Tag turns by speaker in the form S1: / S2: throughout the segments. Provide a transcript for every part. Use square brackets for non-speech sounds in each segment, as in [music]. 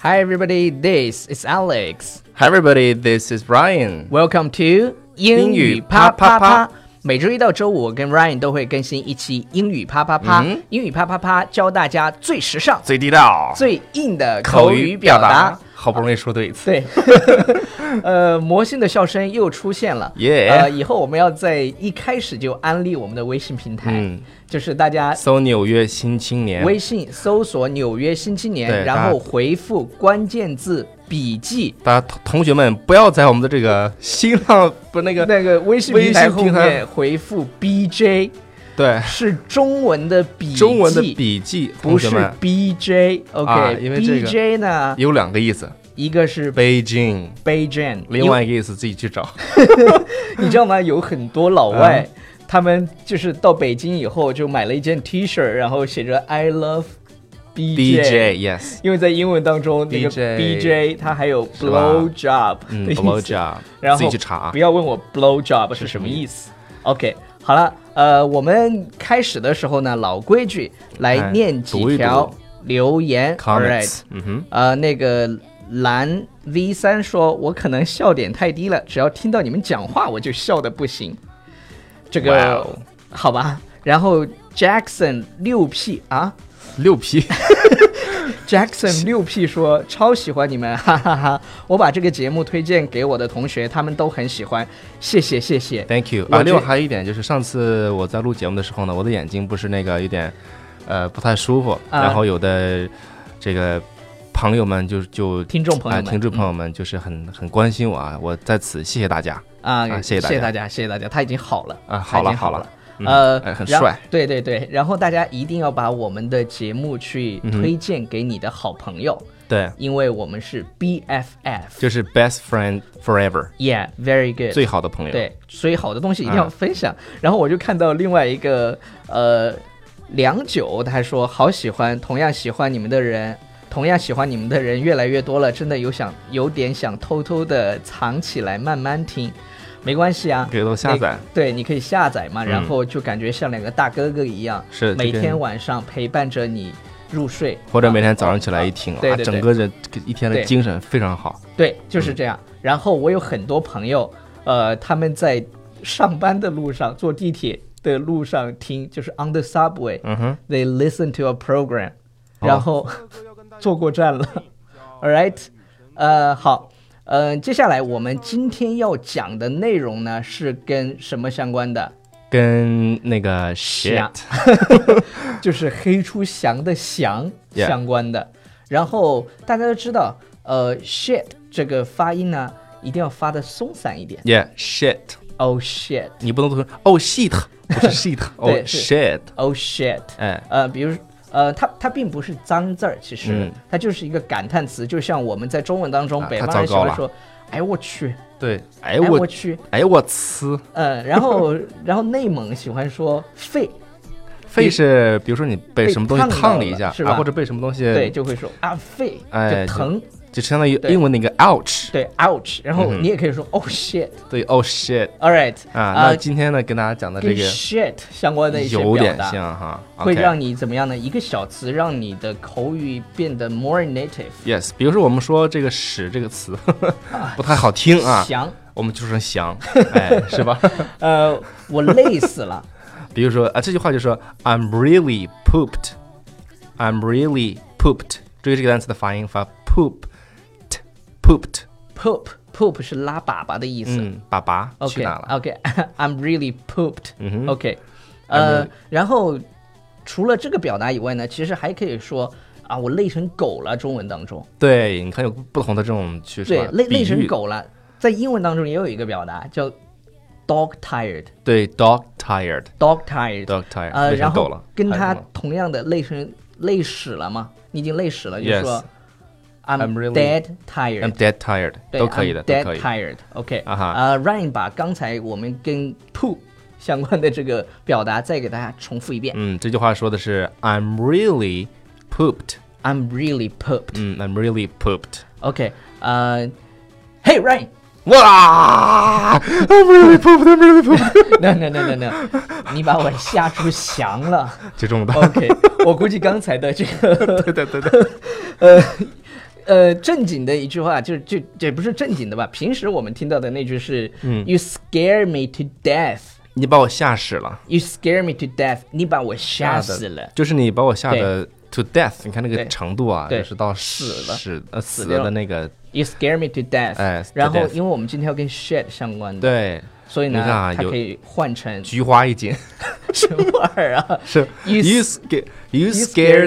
S1: Hi everybody, this is Alex.
S2: Hi everybody, this is Ryan.
S1: Welcome to 英语啪啪啪。每周一到周五，我跟 Ryan 都会更新一期英语啪啪啪。
S2: 嗯
S1: 英语啪啪啪教大家最时 [laughs] 尚、
S2: 最地道，
S1: 最硬的
S2: 口
S1: 语
S2: 语
S1: 表
S2: 表达，好不容易说对一次。
S1: 对， [laughs] 呃，魔性的笑声又出现了。
S2: 耶
S1: 呃，以后我们要在一开始就安利我们的微信平台，
S2: 嗯
S1: 就是大家
S2: 搜纽约新青年，
S1: 微信搜索“纽约新青年”，
S2: 对
S1: 然
S2: 大
S1: 后回复关键字“笔记
S2: 大家同同学们不要在我们的这个新浪不是那”，个
S1: 那个 [laughs] 微信
S2: 微
S1: 平台
S2: 信
S1: 后
S2: 平台
S1: 面回复
S2: [laughs]
S1: “BJ”，
S2: 对
S1: 是中文的笔记，
S2: 中文的笔记，
S1: 不
S2: 同
S1: 是
S2: 学们啊
S1: BJ。OK，
S2: 因为这个
S1: BJ 呢，
S2: 有两个意思，
S1: 一个是
S2: 北京，
S1: Beijing，
S2: 另外一个意思自己去找。
S1: 你知道吗？有 [laughs] 很多老外，
S2: 啊
S1: 他们就是到北京以后就买了一件 T 恤，然后写着 “I love BJ”，
S2: DJ，yes，
S1: 因为在英文当中那个
S2: BJ
S1: BJ 它还有
S2: 是吧
S1: blow job
S2: [laughs] 嗯
S1: 的
S2: ，blow
S1: 意思，
S2: job，
S1: 然后
S2: 自己去查
S1: 不。要问我 blow job 是什么意思。OK，好了，呃，我们开始的时候呢，老规矩，来
S2: 哎
S1: 念几
S2: 读一读
S1: 条留言。All right，
S2: Comments，嗯哼，
S1: 呃，那个蓝 V 三说，我可能笑点太低了，只要听到你们讲话，我就笑的不行。这个、
S2: 哇哦
S1: 好吧。然后 Jackson 六 P 啊
S2: 六 P，
S1: ，Jackson 六 P 说超喜欢你们，哈哈哈！我把这个节目推荐给我的同学，他们都很喜欢，谢谢谢谢。
S2: Thank you。
S1: 我
S2: 啊，
S1: 这
S2: 另外还有一点就是，上次我在录节目的时候呢，我的眼睛不是那个有点，呃，不太舒服。
S1: 啊
S2: 然后有的这个朋友们就就
S1: 听众朋友
S2: 啊，
S1: 们，嗯
S2: 听众朋友们就是很很关心我啊，我在此谢谢大家
S1: 啊
S2: 啊谢谢大
S1: 谢谢
S2: 家
S1: 大家，谢谢大家，他已经好了
S2: 啊。
S1: 他已
S2: 好了
S1: 经好
S2: 了，，嗯
S1: 呃，
S2: 哎很
S1: 然
S2: 帅。
S1: 对对对，然后大家一定要把我们的节目去推荐给你的好朋友，
S2: 对，
S1: 因为我们是 BFF。
S2: 就是 best friend forever，
S1: Yeah，very good。
S2: 最好的朋友。
S1: 对，所以好的东西一定要分享。然后我就看到另外一个呃，良久他说好喜欢，同样喜欢你们的人，同样喜欢你们的人越来越多了，真的有想有点想偷偷的藏起来慢慢听，没关系啊，
S2: 可以都下载
S1: 那个对，你可以下载嘛，
S2: 嗯
S1: 然后就感觉像两个大哥哥一样，
S2: 是
S1: 每
S2: 这个
S1: 天晚上陪伴着你入睡，
S2: 或者每天早上起来一听
S1: 啊对
S2: 啊，
S1: 对对
S2: 整个人一天的
S1: 对
S2: 精神非常好。
S1: 对，就是这样。
S2: 嗯
S1: 然后我有很多朋友，呃，他们在上班的路上、坐地铁的路上听，就是 on the subway，、
S2: 嗯哼，
S1: they listen to a program，、
S2: 哦
S1: 然后坐过站了。All right，呃，好，呃，接下来我们今天要讲的内容呢是跟什么相关的？
S2: 跟那个
S1: 想
S2: shit，
S1: 就是黑出翔的翔
S2: Yeah
S1: 相关的。然后大家都知道，呃，shit 这个发音呢一定要发的松散一点。
S2: yeah shit，
S1: Oh shit，oh
S2: 你不能说哦 shit，不
S1: [laughs]
S2: 是 shit，哦
S1: 对是
S2: shit，
S1: oh shit，
S2: 哎，
S1: 呃，比如。呃，它它并不是脏字儿，其实、
S2: 嗯
S1: 它就是一个感叹词，就像我们在中文当中，
S2: 啊
S1: 北
S2: 太
S1: 方人喜
S2: 糟糕
S1: 欢
S2: 了
S1: 说“哎我去，
S2: 对，哎
S1: 哎
S2: 我
S1: 去
S2: 哎我呲，”，
S1: 呃，然
S2: [laughs]
S1: 后然后内蒙喜欢说“肺
S2: 肺是比如说你被
S1: 被
S2: 什么东西
S1: 烫到
S2: 烫了
S1: 了
S2: 一下
S1: 是吧
S2: 啊，或者被什么东”，西
S1: 对，就会说“啊肺”，
S2: 哎
S1: 就
S2: 就
S1: 疼，
S2: 就相当于
S1: 对
S2: 英文那个 ouch，
S1: 对，ouch，然后
S2: 嗯哼
S1: 你也可以说 “oh shit”。
S2: 对，oh shit
S1: All right，呃
S2: 啊，那今天呢，跟大家讲的这
S1: 跟
S2: 个
S1: shit 相关的一些
S2: 有
S1: 表
S2: 点
S1: 达，
S2: 像哈，
S1: 会
S2: OK
S1: 让你怎么样呢？一个小词让你的口语变得 more native，
S2: yes，比如说我们说这个“屎”这个词不太好听啊，
S1: 翔，
S2: 我们就说“翔”，哎，是吧？ [laughs]
S1: 呃，我累死了，
S2: 比如说啊，这句话就说 I'm really pooped, I'm really pooped，注意这个单词的发音，发 poop t pooped，
S1: poop poop 是拉粑粑的意思。
S2: 嗯，粑粑
S1: OK 啊 [laughs]
S2: 去哪了？
S1: OK，I'm really pooped、
S2: 嗯哼
S1: OK，呃
S2: really-，
S1: 然后除了这个表达以外呢，其实还可以说啊，我累成狗了。中文当中，
S2: 对，你看有不同的这种去说
S1: 对，累累
S2: 比
S1: 成
S2: 喻，
S1: 狗了，在英文当中也有一个表达叫 dog tired。
S2: 对，dog tired，dog
S1: Dog tired，
S2: tired，
S1: 呃，
S2: 累
S1: 然
S2: 成狗
S1: 后
S2: 了，
S1: 跟
S2: 还
S1: 他
S2: 有什么
S1: 同样的累成累屎了嘛，你已经累屎了，就
S2: Yes
S1: 说
S2: I'm really-
S1: dead tired，
S2: I'm dead tired
S1: 对
S2: 都可以的，
S1: I'm
S2: 都
S1: dead
S2: 可以。
S1: tired。OK，
S2: 啊哈
S1: 呃，Ryan 把刚才我们跟 poo 相关的这个表达再给大家重复一遍。
S2: 嗯，这句话说的是 I'm really pooped，
S1: I'm really pooped。
S2: 嗯，I'm really pooped。
S1: OK，呃，Hey Ryan。 [laughs]
S2: 哇，I'm really pooped，I'm really pooped， [laughs]
S1: no no no no no，你把我吓出翔了。哦
S2: [laughs] 就这么大。
S1: OK，我估计刚才的这个 [laughs]
S2: 对对对对，
S1: 呃，呃，正经的一句话就是就也不是正经的吧？平时我们听到的那句是、
S2: 嗯
S1: “You scare me to death,
S2: 你把我吓死了，
S1: you scare me to death”，你把我吓
S2: 吓得
S1: 死了。
S2: 就是你把我吓得 to death，你看那个
S1: 对
S2: 程度啊，
S1: 对
S2: 就是到
S1: 死了
S2: 死呃死
S1: 死掉
S2: 了的那个，
S1: You scare me to death。
S2: 哎，
S1: 然后
S2: to，death
S1: 因为我们今天要跟 shit 相关的，
S2: 对
S1: 所以呢，
S2: 你看啊
S1: 它
S2: 有
S1: 可以换成 [laughs]
S2: 菊花一紧
S1: 什么玩意儿啊
S2: 是
S1: You
S2: you scare you
S1: scared-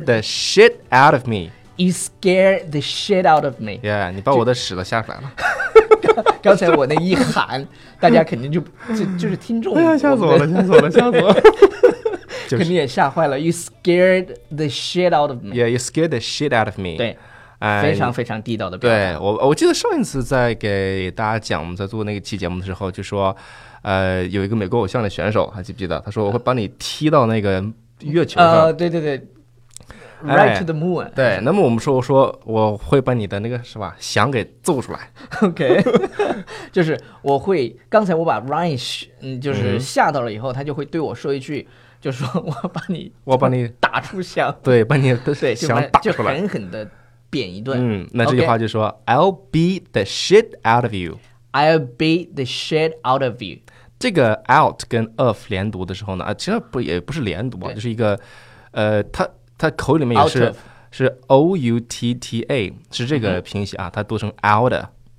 S2: scared the shit out of me，yeah，
S1: ？You scare the shit out of me。
S2: 你把我的屎都吓出来了，
S1: 刚才我那一喊，大家肯定就就就是听众，
S2: [laughs] 哎呀，吓死我了，
S1: 们
S2: 吓死我了，吓
S1: [laughs]
S2: 死我 [laughs] 了
S1: 肯
S2: 就
S1: 定
S2: 是
S1: 也吓坏了。You scared the shit out of me。
S2: ，yeah，you scared the shit out of me，
S1: 对，
S2: 哎，
S1: 非常非常地道的表达。
S2: 对我，我记得上一次在给大家讲我们在做那期节目的时候，就说，呃，有一个美国偶像的选手，还记不记得？他说我会把你踢到那个月球上。
S1: 呃，对对对，Right
S2: 哎
S1: to the moon。
S2: 对，那么我们说，我说我会把你的那个是吧翔给揍出来。
S1: [laughs] OK，就是我会，刚才我把 Ryan 吓嗯就是
S2: 嗯
S1: 吓到了以后，他就会对我说一句，就说我把你
S2: 我把你
S1: 打出翔，
S2: 对，把你的
S1: 对，就把
S2: 翔打
S1: 就
S2: 出来。
S1: 狠狠的扁一顿。
S2: 嗯，那这句话就说 I'll beat the shit out of you。
S1: I'll beat the shit out of you。
S2: 这个 out 跟 of 连读的时候呢，啊，其实不也不是连读啊，
S1: 对
S2: 就是一个，呃，它它口语里面也
S1: Out
S2: 是
S1: of
S2: 是 o u t t a 是这个拼写啊，它读成 out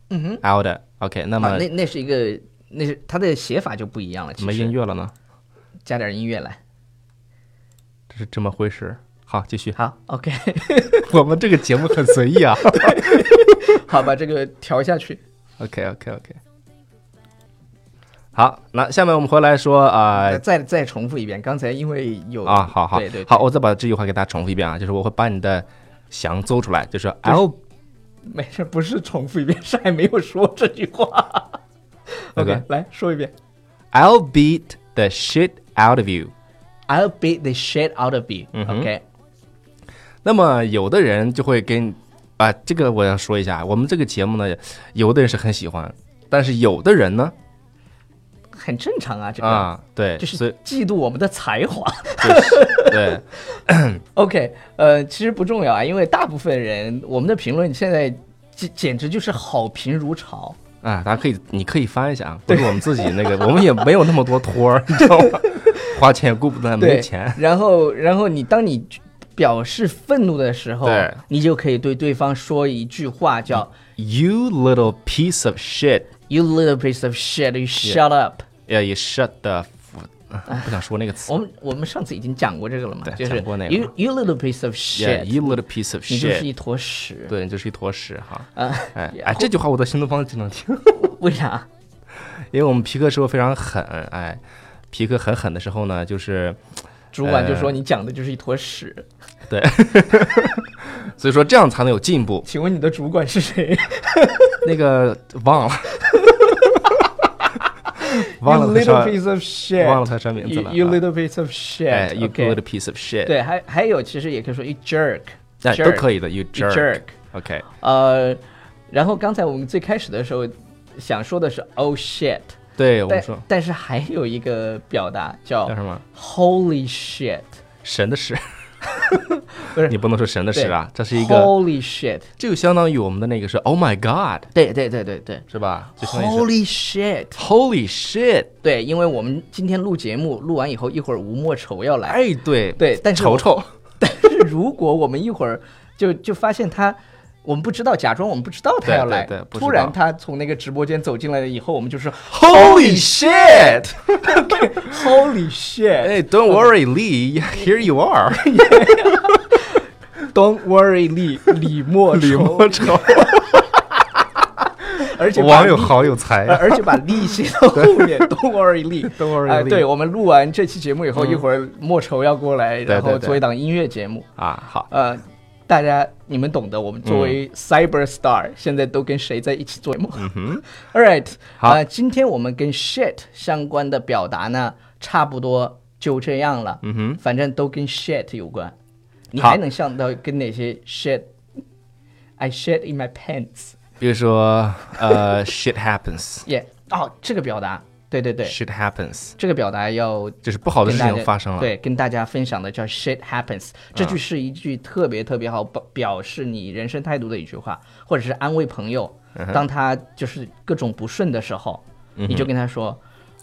S1: 嗯哼，
S2: out。OK，那
S1: 啊，
S2: 么
S1: 那那是一个，那是它的写法就不一样了。
S2: 怎
S1: 其
S2: 么音
S1: 实
S2: 乐了呢？
S1: 加点音乐来。
S2: 这是这么回事。好，继续。
S1: 好，OK，
S2: [laughs]
S1: [laughs]
S2: 我们这个节目很随意啊。
S1: 好，把这个调下去。
S2: OK OK OK。好，那下面我们回来说啊、
S1: 再呃再再重复一遍，刚才因为有
S2: 啊，好好
S1: 对对，
S2: 好，我再把这句话给大家重复一遍啊，就是我会把你的翔揍出来，就是 I'll
S1: 没事，不是重复一遍，是还没有说这句话。
S2: OK
S1: OK，来说一遍
S2: I'll beat the shit out of you。
S1: ，I'll beat the shit out of you、
S2: 嗯哼
S1: OK，
S2: 那么有的人就会跟啊，这个我要说一下，我们这个节目呢，有的人是很喜欢，但是有的人呢，
S1: 很正常啊，这个、
S2: 啊，对，
S1: 就是
S2: 所以
S1: 嫉妒我们的才华。 [laughs]
S2: 就是对
S1: OK，呃，其实不重要啊，因为大部分人我们的评论现在简简直就是好评如潮。
S2: 啊，大家可以你可以翻一下啊，不是我们自己那个，我们也没有那么多托儿，你知道吗？花钱也顾不得，
S1: 对
S2: 没钱。
S1: [laughs] 然后，然后你当你表示愤怒的时候
S2: 对，嗯
S1: 你就可以对对方说一句话叫
S2: You little piece of shit，
S1: “You little piece of shit, you shut up”。
S2: yeah, you shut the，f- 啊不想说那个词。
S1: 我们我们上次已经讲过这个了嘛，
S2: 对
S1: 就是
S2: 讲过那个
S1: you you little piece of
S2: Yeah,
S1: shit，
S2: you little piece of
S1: 你就是
S2: shit，
S1: 一坨屎。
S2: 对，你就是一坨屎哈。
S1: 啊，
S2: 哎
S1: 然
S2: 哎，
S1: 后
S2: 这句话我在新东方经常听。 [laughs]
S1: 为啥？
S2: 因为我们皮克时候非常狠，哎，皮克很狠的时候呢，就是
S1: 主管就
S2: 呃
S1: 说你讲的就是一坨屎。
S2: 所以说这样才能有进步。
S1: 请问你的主管是谁
S2: 那个忘
S1: [laughs]
S2: 了， [laughs] 忘了
S1: ？You
S2: 他
S1: little
S2: 啥，
S1: piece of shit，
S2: 忘了他啥名字
S1: You
S2: 了。
S1: you
S2: 啊
S1: little piece of
S2: 哎
S1: shit，
S2: ，you
S1: OK
S2: good piece of shit，
S1: 对，还还有，其实也可以说 you jerk，
S2: 哎，都
S1: jerk，
S2: 可以的，you
S1: you jerk。
S2: jerk，OK，
S1: 呃，然后刚才我们最开始的时候想说的是 oh shit，
S2: 对我们
S1: 但
S2: 说
S1: 但是还有一个表达叫
S2: 叫什么？
S1: holy shit，
S2: 神的屎
S1: 不是，
S2: 你不能说神的屎啊，这是一个，
S1: holy shit。
S2: 这就相当于我们的那个是 Oh my God，
S1: 对对对对对
S2: 是吧？就相当于是
S1: ，Holy shit！
S2: Holy shit，
S1: 对，因为我们今天录节目，录完以后一会儿吴莫愁要来，
S2: 哎，对
S1: 对，但是
S2: 瞅
S1: 我，
S2: 瞅，
S1: 但是如果我们一会儿就就发现他。我们不知道，假装我们不知道他
S2: 对
S1: 要
S2: 对
S1: 来。
S2: 对不知
S1: 突然
S2: 道
S1: 他从那个直播间走进来了以后，我们就说
S2: Holy shit！
S1: Holy shit！Don't
S2: 哎，Don't worry, Lee. Here you are.
S1: worry，李李莫
S2: [laughs] 李
S1: 愁，
S2: 莫愁，
S1: 而且把
S2: 网友
S1: 李
S2: 好有才
S1: 而
S2: 呀。
S1: 而且把力写到后面，Don't worry 力
S2: [laughs] Don't worry
S1: 哎
S2: 力
S1: 对我们录完这期节目以后，一会儿莫愁要过来，然后
S2: 对对
S1: 做一档音乐节目。
S2: [laughs] 啊，好，
S1: 呃，大家你们懂得，我们作为 Cyber Star，、现在都跟谁在一起做节目、？All [laughs] right，
S2: 好
S1: 呃，今天我们跟 shit 相关的表达呢，差不多就这样了。嗯哼，反正都跟 shit 有关。你
S2: 好
S1: 还能想到跟哪些 shit？I shit in my pants。
S2: 比如说，呃，shit happens，
S1: 耶、哦，这个表达对对对，
S2: ，shit happens，
S1: 这个表达要
S2: 就是不好的
S1: 跟
S2: 事
S1: 大
S2: 情
S1: 家
S2: 发生了。嗯
S1: 对，跟大家分享的叫 “shit happens”，这句是一句特别特别好表表示你人生态度的一句话，或者是安慰朋友，
S2: 嗯
S1: 当他就是各种不顺的时候，你就跟他说：“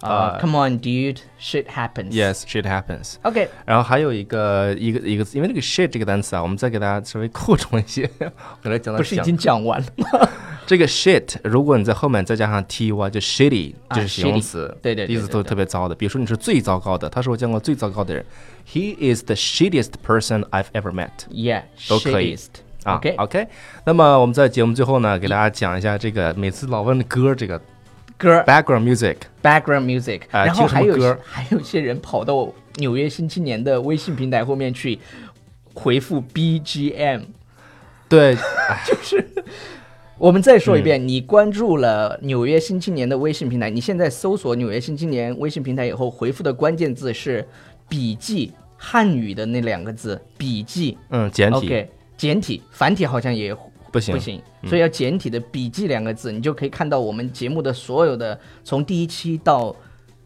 S1: 啊、
S2: 呃
S1: c o m e on, dude, shit happens。”
S2: Yes，shit happens。
S1: OK，
S2: 然后还有一个一个一个，因为这个 shit 这个单词啊，我们再给大家稍微扩充一些， [laughs] 我来讲到
S1: 不是已
S2: 讲
S1: 经讲完了吗？
S2: [laughs] 这个 shit，如果你在后面再加上 ty，就 shitty，
S1: 啊
S2: 这是形容词，
S1: shitty 对对对
S2: 意思都
S1: 对
S2: 是
S1: 对
S2: 特别糟的。比如说你是最糟糕的，他是我见过最糟糕的人，He is the shittiest person I've ever met。
S1: Yeah，
S2: 都可以
S1: shittiest
S2: 啊
S1: OK，
S2: OK，那么我们在节目最后呢，给大家讲一下这个每次老问的歌，这个
S1: 歌
S2: background music，
S1: background music，、
S2: 哎
S1: 然后
S2: 听什么
S1: 还有
S2: 歌
S1: 还有一些人跑到纽约新青年的微信平台后面去回复 BGM。
S2: 对，
S1: 我们再说一
S2: 嗯
S1: 遍，你关注了纽约新青年的微信平台，你现在搜索纽约新青年微信平台以后，回复的关键字是“笔记”，汉语的那两个字“笔记
S2: 嗯，简体
S1: ”，OK，简体、繁体好像也
S2: 不行，
S1: 不行，所以要简体的“笔记”两个字，你就可以看到我们节目的所有的从第一期到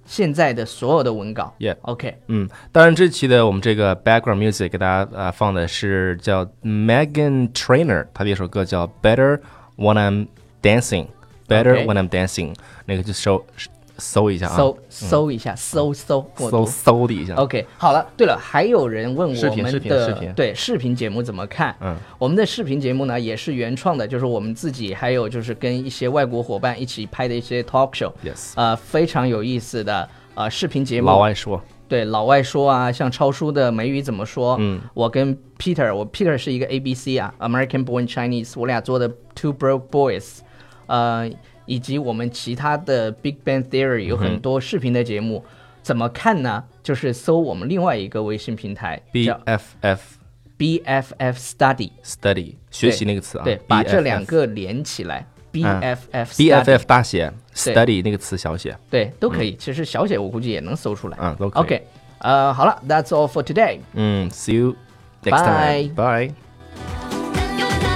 S1: 现在的所有的文稿。
S2: Yeah
S1: OK，
S2: 嗯，当然这期的我们这个 background music 给大家呃放的是叫 Megan Trainer，她的一首歌叫 Better When I'm Dancing，Better
S1: OK
S2: When I'm Dancing，那个就搜搜一下啊，
S1: 搜搜一下，搜搜我
S2: 搜
S1: 读
S2: 搜的一下。
S1: OK，好了，对了，还有人问
S2: 视
S1: 我
S2: 频
S1: 们
S2: 视频视
S1: 的
S2: 频
S1: 对视频节目怎么看？
S2: 嗯，
S1: 我们的视频节目呢也是原创的，就是我们自己还有就是跟一些外国伙伴一起拍的一些 talk show，
S2: Yes，
S1: 呃，非常有意思的呃视频节目。
S2: 老外说，
S1: 对老外说啊，像超叔的美语怎么说？嗯，我跟 Peter，我 Peter 是一个 ABC 啊，American Born Chinese，我俩做的 Two Broke Boys，呃，以及我们其他的 Big Bang Theory 有
S2: 嗯
S1: 很多视频的节目，怎么看呢？就是搜我们另外一个微信平台
S2: B
S1: 叫
S2: F F
S1: BFF Study，
S2: study 学习那个词啊，
S1: 对，把这
S2: BFF
S1: 两个连起来，BFF
S2: 啊 B F
S1: Study
S2: F 大写
S1: 对
S2: ，study 那个词小写。
S1: 对都可以，其实小写我估计也能搜出来
S2: 嗯都可以
S1: OK，呃，好了，That's all for today。
S2: 嗯，see you next time，bye。
S3: 「な